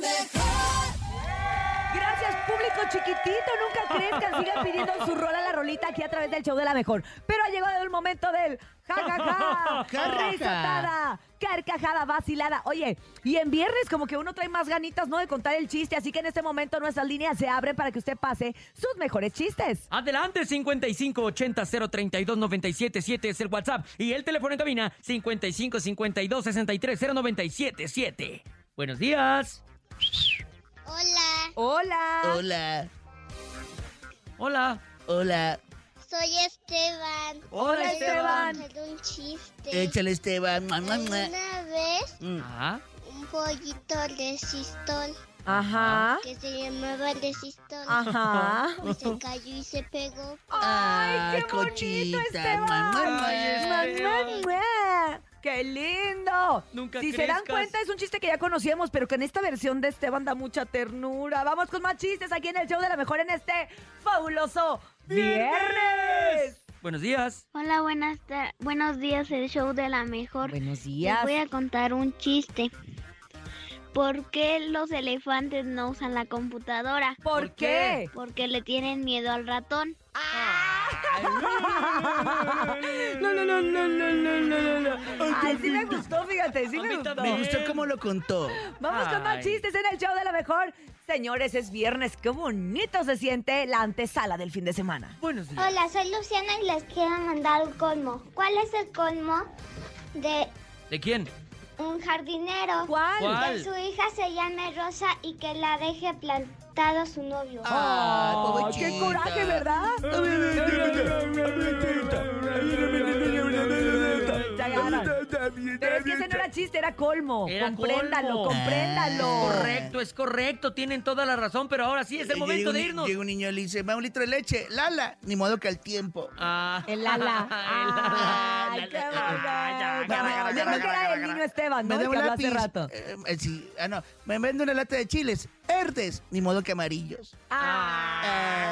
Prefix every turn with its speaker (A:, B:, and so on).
A: mejor.
B: Gracias, público chiquitito. Nunca crezcan, sigan pidiendo su rola, la rolita aquí a través del show de la mejor. Pero ha llegado el momento del ja, ja, ja,
C: Carcaja.
B: risotada, carcajada, vacilada. Oye, y en viernes como que uno trae más ganitas, ¿no? De contar el chiste. Así que en este momento nuestras líneas se abren para que usted pase sus mejores chistes.
D: Adelante, 5580-032-977 es el WhatsApp y el teléfono en cabina 5552-630977. Buenos días.
E: Hola,
B: Hola.
C: Hola,
D: Hola.
C: hola.
E: soy Esteban.
B: Hola,
E: Hoy voy
B: Esteban.
E: a contar un chiste.
C: Échale, Esteban. Mua, mua, mua.
E: Una vez
C: Mm.
D: Ajá.
E: un pollito resistol
B: Ajá.
E: que se llamaba resistol
B: Ah. Ajá.
E: pues se cayó y se pegó.
B: Ay,
C: Ay,
B: qué bonito,
C: cochita,
B: Esteban.
C: mua, mua, mua.
B: Ay, Esteban.
D: Esteban.
B: Mua, ¡Qué lindo!
D: Nunca
B: si se dan
D: crezcas.
B: cuenta, es un chiste que ya conocíamos, pero que en esta versión de Esteban da mucha ternura. Vamos con más chistes aquí en el show de la mejor en este fabuloso viernes.
D: Buenos días.
F: Hola, buenas ta- buenos días, el show de la mejor.
B: Buenos
F: Les
B: días.
F: voy a contar un chiste. ¿Por qué los elefantes no usan la computadora?
B: ¿Por qué?
F: Porque le tienen miedo al ratón.
D: No, no, no, no, no, no, no, no.
B: Ay, sí me gustó, fíjate, sí
D: A
B: me
D: mí
B: gustó.
C: Me gustó cómo lo contó.
B: Vamos con más
D: Ay.
B: chistes en el show de la mejor. Señores, es viernes, qué bonito se siente la antesala del fin de semana.
D: Buenos días.
E: Hola, soy Luciana y les quiero mandar un colmo. ¿Cuál es el colmo de
C: Ah.
D: ¿De quién?
E: un jardinero?
B: ¿Cuál?
D: ¿Cuál?
E: Que su hija se llame Rosa y que la deje plantado su novio.
D: Ah,
C: Ay,
B: Ay, Oh, ¡Qué
C: pobrecita.
B: coraje, verdad? Pero es que ese no era chiste, era colmo.
D: Era
B: compréndalo,
D: colmo.
B: compréndalo.
D: Ah, Correcto, es correcto. Tienen toda la razón, pero ahora sí es el
C: Eh, Llega
D: momento
C: un
D: de
C: ni-
D: irnos.
C: Llega un niño y le dice, va un litro de leche. Lala, ni modo que al tiempo.
D: Ah.
B: El ala.
D: El ala.
B: Ay, qué
D: Ah, ya,
B: bonito.
D: ya, ya,
B: Yo creo
D: ya,
B: que
D: ya,
B: era
D: ya,
B: el
D: ya.
B: niño Esteban, ¿no?
C: Me
B: El
C: da
B: que
C: un
B: habló hace
C: lápiz.
B: rato.
C: Eh, eh, sí, ah, no. Me vende una lata de chiles. Verdes, ni modo que amarillos.
B: Ah,